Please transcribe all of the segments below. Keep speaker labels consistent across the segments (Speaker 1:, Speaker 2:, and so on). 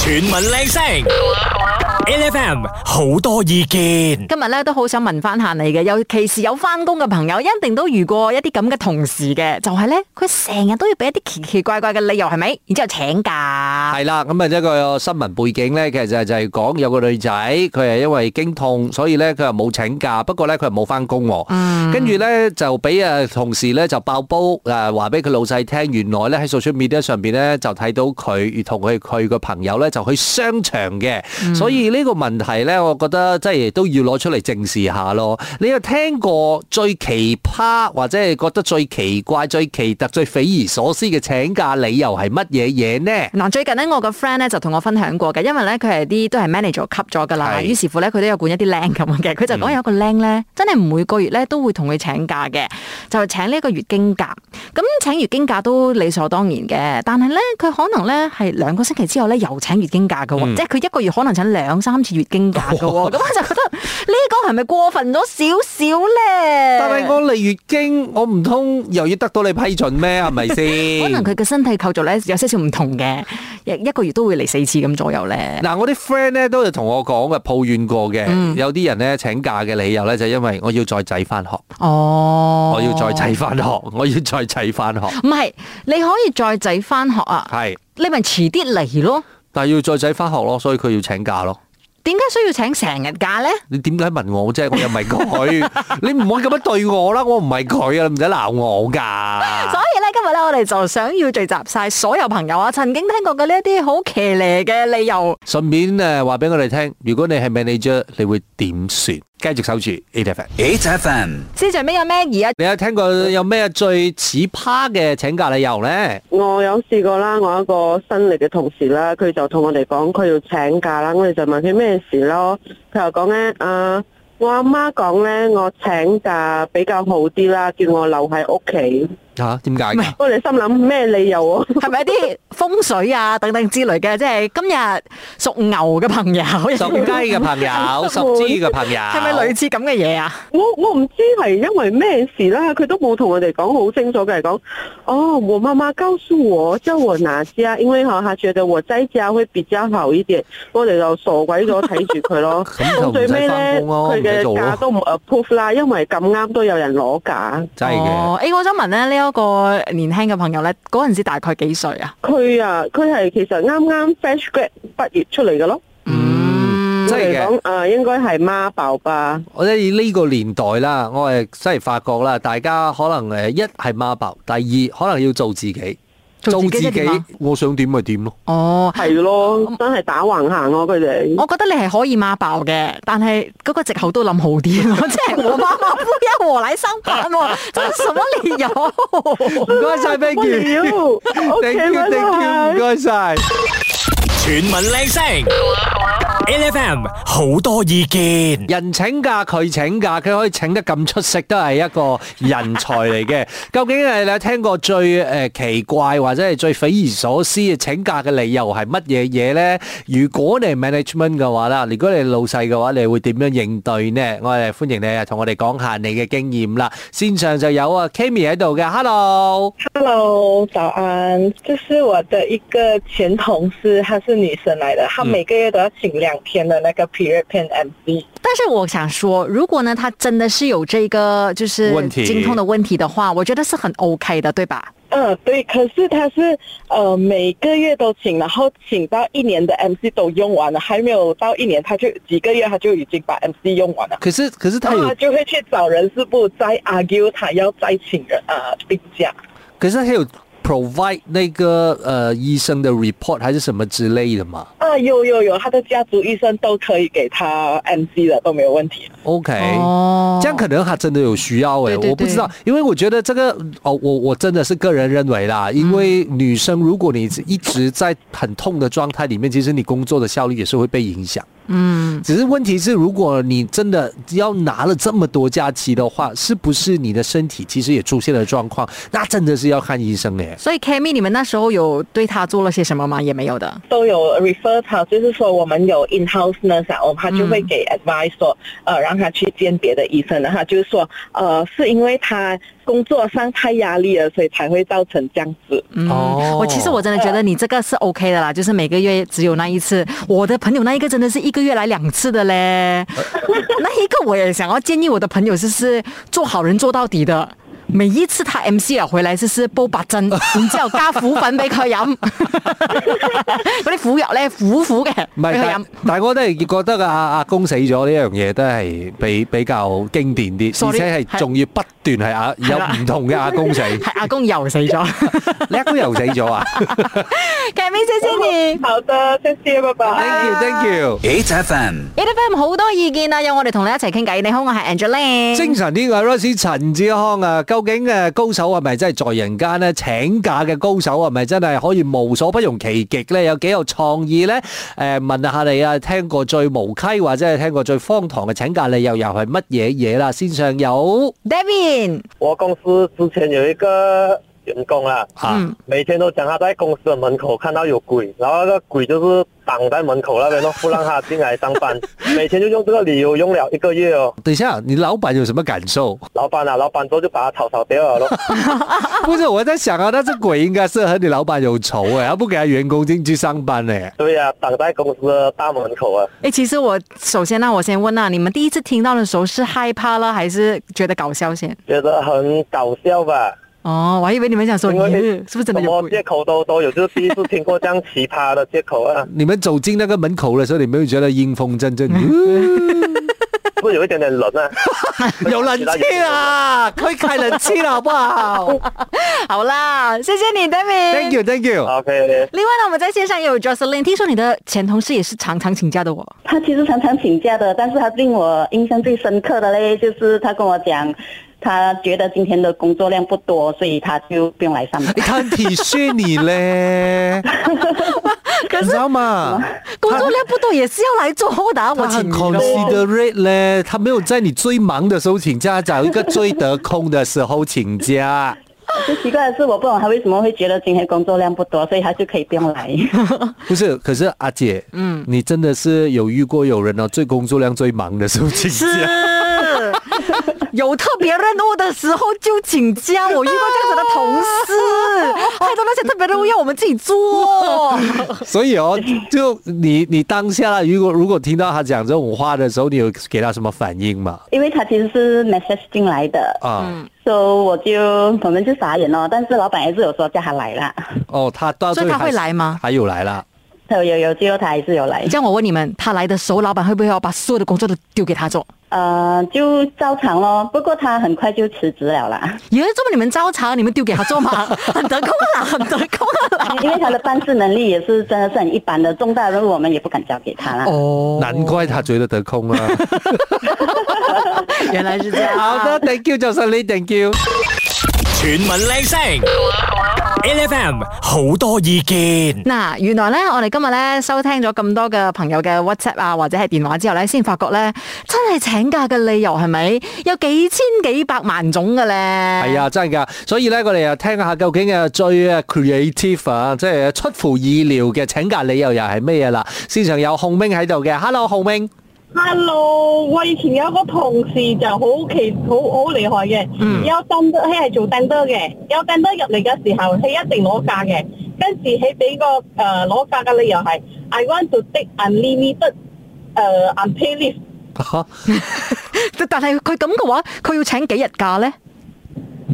Speaker 1: 全民靚聲，LFM 好多意見。
Speaker 2: 今日咧都好想問翻下你嘅，尤其是有翻工嘅朋友，一定都遇過一啲咁嘅同事嘅，就係咧佢成日都要俾一啲奇奇怪怪嘅理由，係咪？然之後請假，
Speaker 3: 係啦，咁啊一個新聞背景咧，其實就係就係講有個女仔，佢係因為經痛，所以咧佢又冇請假，不過咧佢又冇翻工
Speaker 2: 嗯
Speaker 3: 喎。跟住咧就俾誒同事咧就爆煲誒，話俾佢老細聽，原來咧喺 social media 上邊咧就睇到佢同佢佢個朋友咧就去商場嘅，所以呢個問題咧，我覺得即係都要攞出嚟正視下咯。你有聽過最奇葩或者係覺得最奇怪、最奇特、最匪夷所思嘅請假理由係乜嘢嘢呢？
Speaker 2: 嗱，最近呢，我個 friend 咧就同我分享過嘅，因為咧佢係啲都係 manager 級咗噶啦，
Speaker 3: 係嗯
Speaker 2: 於是乎咧佢都有管一啲僆咁嘅，佢就講有一個僆咧，真係每個月咧都會同佢請假嘅，就係請呢一個月經假。咁請月經假都理所當然嘅，但係咧佢可能咧係兩個星期之後咧又請月經假嘅
Speaker 3: 嗯
Speaker 2: 喎，即係佢一個月可能請兩三次月經假嘅喎，咁 我就覺得呢個係咪過分咗少少咧？
Speaker 3: 但係我嚟月經，我唔通又要得到你批准咩？係咪先？
Speaker 2: 可能佢嘅身體構造咧有些少唔同嘅，一一個月都會嚟四次咁左右咧。
Speaker 3: 嗱，我啲 friend 咧都有同我講嘅，抱怨過嘅。
Speaker 2: 嗯
Speaker 3: 有啲人咧請假嘅理由咧，就因為我要再仔翻學，
Speaker 2: 哦，
Speaker 3: 我要再仔翻 學，我要再仔翻學，
Speaker 2: 唔係，你可以再仔翻學啊，
Speaker 3: 係，
Speaker 2: 你咪遲啲嚟咯。
Speaker 3: 但係要再仔翻學咯，所以佢要請假咯。
Speaker 2: 點解需要請成日假咧？
Speaker 3: 你點解問我啫？我又唔 係佢，你唔可以咁樣對我啦，我唔係佢啊，你唔使鬧我
Speaker 2: 所
Speaker 3: 㗎。
Speaker 2: 以咧，今日咧，我哋就想要聚集晒所有朋友啊，曾經聽過嘅呢一啲好騎呢嘅理 由。
Speaker 3: 順便誒話俾我哋聽，如果你係 manager，你會點算？繼續守住 A T F。
Speaker 1: HFM
Speaker 2: 思最尾有咩疑啊？
Speaker 3: 你有聽過有咩最似葩嘅請假理由咧？
Speaker 4: 我有試過啦，我一個新嚟嘅同事啦，佢就同我哋講佢要請假啦，我哋就問佢咩事咯，佢又講咧，啊、我阿媽講咧，我請假比較好啲啦，叫我留喺屋企。
Speaker 3: 嚇、點解㗎？
Speaker 4: 我哋心諗咩理由啊？
Speaker 2: 係咪一啲風水啊等等之類嘅？即係今日屬牛嘅朋友，
Speaker 3: 十
Speaker 2: 係
Speaker 3: 雞嘅朋友，十支嘅朋友，
Speaker 2: 咪類似咁嘅嘢啊？
Speaker 4: 我我唔知係因為咩事啦，佢都冇同我哋講好清楚嘅，係講哦，我媽媽告訴我叫我拿家，因為哈，她覺得我在家會比較好一點，我哋就傻鬼咗睇住佢咯。
Speaker 3: 咁就
Speaker 4: 到
Speaker 3: 唔
Speaker 4: 最
Speaker 3: 使
Speaker 4: 尾
Speaker 3: 翻
Speaker 4: 咧，
Speaker 3: 工咯，唔
Speaker 4: 佢
Speaker 3: 使
Speaker 4: 嘅
Speaker 3: 做
Speaker 4: 假
Speaker 3: 咯，
Speaker 4: 都唔 approve 啦，因為咁啱都有人攞假。
Speaker 3: 真係嘅。
Speaker 2: 哦，誒，我想問咧，呢一個年輕嘅朋友咧，嗰陣時大概幾歲啊？
Speaker 4: 佢啊，佢係其實啱啱 fresh grad 畢業出嚟嘅咯。
Speaker 3: 嗯，真
Speaker 4: 我
Speaker 3: 係
Speaker 4: 哋
Speaker 3: 嘅。
Speaker 4: 講誒，應該係媽寶吧。
Speaker 3: 我覺得呢個年代啦，我係真係發覺啦，大家可能誒一係媽爆，第二可能要做自己，
Speaker 2: 做自己即係點啊
Speaker 3: 我想點咪點咯。
Speaker 2: 哦，
Speaker 4: 係咯，真係打橫行咯，佢哋。
Speaker 3: 哦
Speaker 2: 我覺得你係可以孖爆嘅，但係嗰個藉口都諗好啲 咯，即係我媽媽不要我來上班 喎，真係什麼理由？
Speaker 3: 唔該晒 b e n
Speaker 4: 我
Speaker 3: k
Speaker 4: 哋
Speaker 3: y
Speaker 4: 要
Speaker 3: t h a
Speaker 4: ，OK
Speaker 3: n k you，thank
Speaker 4: 啦
Speaker 3: you，唔。該晒。
Speaker 1: 全民靚聲，LFM 好多意見。
Speaker 3: 人請假佢請假，佢可以請得咁出色，都係一個人才嚟嘅。究竟係你聽過最誒、呃奇怪或者係最匪夷所思嘅請假嘅理由係乜嘢嘢呢？如果你係 management 嘅話啦，如果你係老細嘅話，你會點樣應對呢？我哋歡迎你啊，同我哋講下你嘅經驗啦。線上就有啊 Kimi 喺度嘅，Hello，
Speaker 5: Hello，早安。这是我的一个前同事，她是女生来的，她
Speaker 3: 嗯
Speaker 5: 每个月都要请两天的那个 period pain MC。
Speaker 2: 但是我想說，如果呢，他真的是有這個就是
Speaker 3: 問題
Speaker 2: 精通的問題的話，我觉得是很 OK 的，对吧？
Speaker 5: 嗯，对，可是她是呃每个月都请，然后请到一年的 MC 都用完了，还没有到一年，她就几个月她就已经把 MC 用完了。
Speaker 3: 可是可是他
Speaker 5: 然后
Speaker 3: 有
Speaker 5: 她，就会去找人事部再 argue，她要再请人啊、呃病假。
Speaker 3: 可是他有 provide 那个呃医生的 report 还是什么之类的嘛
Speaker 5: 啊，有有有，她的家族医生都可以给她 MC 的，都没有问题。
Speaker 3: ？OK。
Speaker 2: 哦
Speaker 3: 这样哎可能他真的有需要哎、
Speaker 2: 对对
Speaker 3: 我不
Speaker 2: 对
Speaker 3: 知道，因为我觉得这个哦，我我真的是个人认为
Speaker 2: 嗯
Speaker 3: 啦，因为女生如果你一直在很痛的状态里面，其实你工作的效率也是会被影响。
Speaker 2: 嗯。
Speaker 3: 只是问题是，如果你真的要拿了这么多假期的话，是不是你的身体其实也出现了状况？那真的是要看医生哎、
Speaker 2: 所以 Kami，你们那时候有对他做了些什么吗？也没有的。
Speaker 5: 都有 refer 他，就是说我们有 in house nurse，、啊、我们他就会啊给 advice 说，呃，让他去见别的医生，然后他就是说，呃，是因为他工作上太压力了，所以才会造成这样子。
Speaker 2: 嗯
Speaker 3: 哦
Speaker 2: 我其实我真的觉得你这个是 OK 的啦，就是每个月只有那一次。我的朋友那一个真的是一个月来两次的
Speaker 3: 呃
Speaker 2: 嘞，那一个我也想要建议我的朋友，就是做好人做到底的。每一次他 MC 啊回來就是煲白針， 然之後加苦粉俾佢飲，嗰啲苦藥咧苦苦嘅，
Speaker 3: 唔
Speaker 2: 俾
Speaker 3: 係，
Speaker 2: 佢
Speaker 3: 但
Speaker 2: 飲。
Speaker 3: 但我都係覺得阿阿公死咗呢樣嘢都係比比較經典啲，而
Speaker 2: Sorry，
Speaker 3: 且係
Speaker 2: 係
Speaker 3: 仲要不斷係阿
Speaker 2: 係啦
Speaker 3: 有唔同嘅阿 公死，
Speaker 2: 係阿公又死咗，
Speaker 3: 你阿公又死咗啊
Speaker 2: 嘅咩謝謝你。
Speaker 5: 好的，谢谢，拜拜。
Speaker 3: ？Thank you，thank you。
Speaker 1: HFM。
Speaker 2: A F M 好多意見啊，有我哋同你一齊傾偈。你好，我係 Angeline。
Speaker 3: 精神呢個 r o s e 陳志康啊，究竟誒高手係咪真係在人間呢？請假嘅高手係咪真係可以無所不用其極呢？有幾有創意呢？誒、問下你啊，聽過最無稽或者係聽過最荒唐嘅請假理由又係乜嘢嘢啦？線上有
Speaker 2: David，
Speaker 6: 我公司之前有一个员工啦，
Speaker 3: 啊，
Speaker 4: Ừ.
Speaker 2: 嗯
Speaker 6: 每天都讲他在公司的门口看到有鬼，然后那个鬼就是挡在门口那边咯，不让他进来上 班。每天就用这个理由用了一个月哦，
Speaker 3: 等一下，你老闆有什麼感受？
Speaker 6: 老板啊，老板之后就把他草草掉了咯。
Speaker 3: 不是，我在想啊，那这鬼应该是和你老板有仇哎、他不给他员工进去上班哎、
Speaker 6: 对呀、挡在公司的大门口啊。
Speaker 2: 哎、其实我首先呢，我先问啊，你们第一次听到的时候是害怕了，还是觉得搞笑先？
Speaker 6: 觉得很搞笑吧？
Speaker 2: 哦，我还以为你们想说，
Speaker 6: 因为
Speaker 2: 咦，是不是真的
Speaker 6: 什
Speaker 2: 有
Speaker 6: 么借
Speaker 2: 鬼？
Speaker 6: 口都都有，就是第一次听过这样奇葩的借口啊，
Speaker 3: 你们走进那个门口的时候，你没有觉得阴风阵阵？
Speaker 6: 是不是有一点点冷 啊？
Speaker 3: 有啊冷
Speaker 2: 啊
Speaker 3: 气啦，可以开冷气了，好不啊好
Speaker 2: 哦 好啦，谢谢你
Speaker 3: ？Thank
Speaker 2: ，David。
Speaker 3: you，Thank you。
Speaker 6: ？OK，
Speaker 2: 另外呢，我们在线上也有 Jocelyn，听说你的前同事也是常常请假的哦。
Speaker 7: 他其实常常请假的，但是他令我印象最深刻的嘞，就是他跟我讲，他觉得今天的工作量不多，所以他就不用来上班
Speaker 3: 你。看体恤你 嘞，你知啊道吗？
Speaker 2: 工作量不多也是要来做的啊，我
Speaker 3: 他
Speaker 2: 请
Speaker 3: 很
Speaker 2: 你咯。
Speaker 3: considerate 嘞，他没有在你最忙的时候请假，找一个最得空的时候请假。
Speaker 7: 最奇怪的是，我不懂他为什么会觉得今天工作量不多，所以他就可以不用来。
Speaker 3: 不是，可是阿姐，嗯，你真的是有遇过有人哦，最工作量最忙的时候请假。
Speaker 2: 是， 有特别任务的时候就请假。我遇过这样子的同 事，害得那些特别任务要我们自己做。
Speaker 3: 所以哦，就你你当下如果如果听到他讲这种话的时候，你有给他什么反应吗？
Speaker 7: 因为他其实是 message 进来的，
Speaker 3: 啊，
Speaker 7: 所、以我就我们就傻眼了。但是老板还是有说叫他来啦，
Speaker 3: 哦，他到最
Speaker 2: 所
Speaker 3: 后
Speaker 2: 以他
Speaker 3: 还是
Speaker 2: 会来吗？
Speaker 3: 他有来啦。
Speaker 7: 他有有有，最后他还是有来。
Speaker 2: 哎这样我问你们，他来的时候，老板会不会要把所有的工作都丢给他做？
Speaker 7: 呃，就照常咯。不过他很快就辞职了啦，
Speaker 2: 耶，这么你们招常，你们丢给他做吗？很得空啊啦，很得空啊啦。
Speaker 7: 因为他的办事能力也是真的是很一般的，重大任务我们也不敢交给他啦。
Speaker 2: 哦
Speaker 3: 难怪他觉得得空啊。
Speaker 2: 原来是这样。
Speaker 3: 好的，thank you，就生你，thank you。
Speaker 1: 全民靚聲，LFM 好多意見。
Speaker 2: 嗱，原來咧，我哋今日咧收聽咗咁多嘅朋友嘅 WhatsApp 啊，或者係電話之後咧，先發覺咧，真係請假嘅理由係咪有幾千幾百萬種嘅咧？
Speaker 3: 係，啊，真㗎。所以咧，我哋又聽下究竟啊最啊 creative 啊，即係出乎意料嘅請假理由又係咩嘢啦？線上有控明喺度嘅，Hello，控明。
Speaker 5: Hello，我以前有一個同事就好奇好好厲害嘅，有 tender 佢係做 tender 嘅，有 tender 入嚟嘅時候，佢一定攞假嘅，跟住佢俾個誒攞假嘅理由係 I want to take unlimited 誒、unpaid leave。
Speaker 2: 但係佢咁嘅話，佢要請幾日假咧？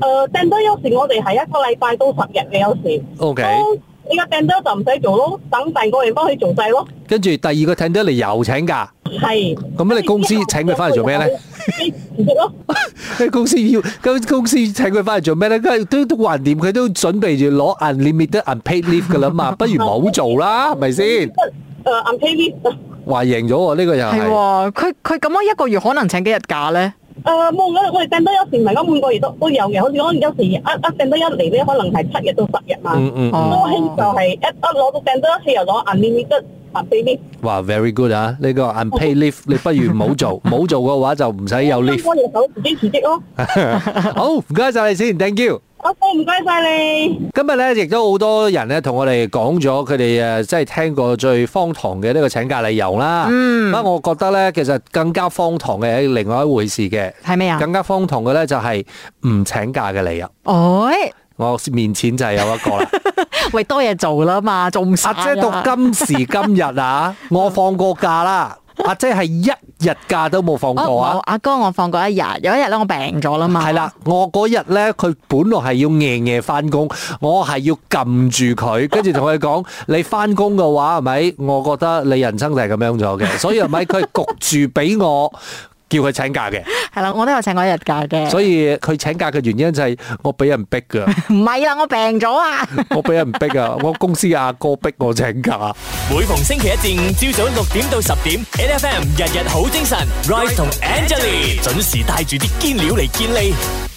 Speaker 5: 誒 tender 有時我哋係一個禮拜都十日嘅，有時
Speaker 3: OK
Speaker 5: 都呢個 tender 就唔使做咯，等第個人幫佢做晒咯。
Speaker 3: 跟住第二個 tender 嚟又請假，
Speaker 5: 係。
Speaker 3: 咁你公司請佢返嚟做咩咧？
Speaker 5: 唔識咯。
Speaker 3: 公司要咁公司請佢翻嚟做咩咧？佢都都還掂，佢都準備住攞 unlimited unpaid leave 噶啦嘛，不如唔好做啦，係咪先？
Speaker 5: 誒 unpaid leave。
Speaker 3: 話贏咗喎，呢個又
Speaker 2: 係
Speaker 3: 係。
Speaker 2: 喎，佢佢咁樣一個月可能請幾日假咧？
Speaker 5: 誒冇，我我哋訂得有時唔係講每個月都都有嘅，好似我有時一一訂得一嚟咧，可能係七日到十日嘛。
Speaker 3: 嗯嗯嗯，
Speaker 5: 多興就係一一攞到訂得，佢又攞 unlimited 啊 baby。
Speaker 3: 哇，very good 啊！呢個 unpaid leave 你不如唔好做， 唔好做嘅話就唔使有 leave。
Speaker 5: 我哋手自己辭職咯。
Speaker 3: 好，唔該晒你先，thank you。
Speaker 5: ，OK，唔該晒你。
Speaker 3: 今日咧，亦都好多人咧同我哋講咗佢哋誒，即係聽過最荒唐嘅呢個請假理由啦。嗯，不過我覺得咧，其實更加荒唐嘅係另外一回事嘅，
Speaker 2: 係咩啊？
Speaker 3: 更加荒唐嘅咧就係唔請假嘅理由。
Speaker 2: 哦，
Speaker 3: 我面前就係有一個啦。
Speaker 2: 喂，多嘢做啦嘛，啊做唔晒
Speaker 3: 阿
Speaker 2: 啦
Speaker 3: 姐到今時今日 啊，我放過假啦，阿姐係一日假都冇放
Speaker 2: 哦
Speaker 3: 過啊
Speaker 2: 冇。阿哥，我放過一日，有一日咧我哦病咗啦嘛，
Speaker 3: 係啦，我嗰日咧，佢本來係要夜夜翻工，我係要撳住佢，跟住同佢 講：你翻工嘅話，係咪？我覺得你人生就係咁樣咗 嘅，所以係咪佢係焗住俾我叫佢請假嘅？
Speaker 2: 係啦，我都有請過一日假嘅，
Speaker 3: 所以佢請假嘅原因就係我俾人逼㗎，
Speaker 2: 唔係啦，我病咗啊。
Speaker 3: 我俾人逼啊，我公司嘅阿哥逼我請假。
Speaker 1: 每逢星期一至五朝早六點到十點，N F M 日日好精神，Rise 同 Angelie 準時帶住啲堅料嚟健利。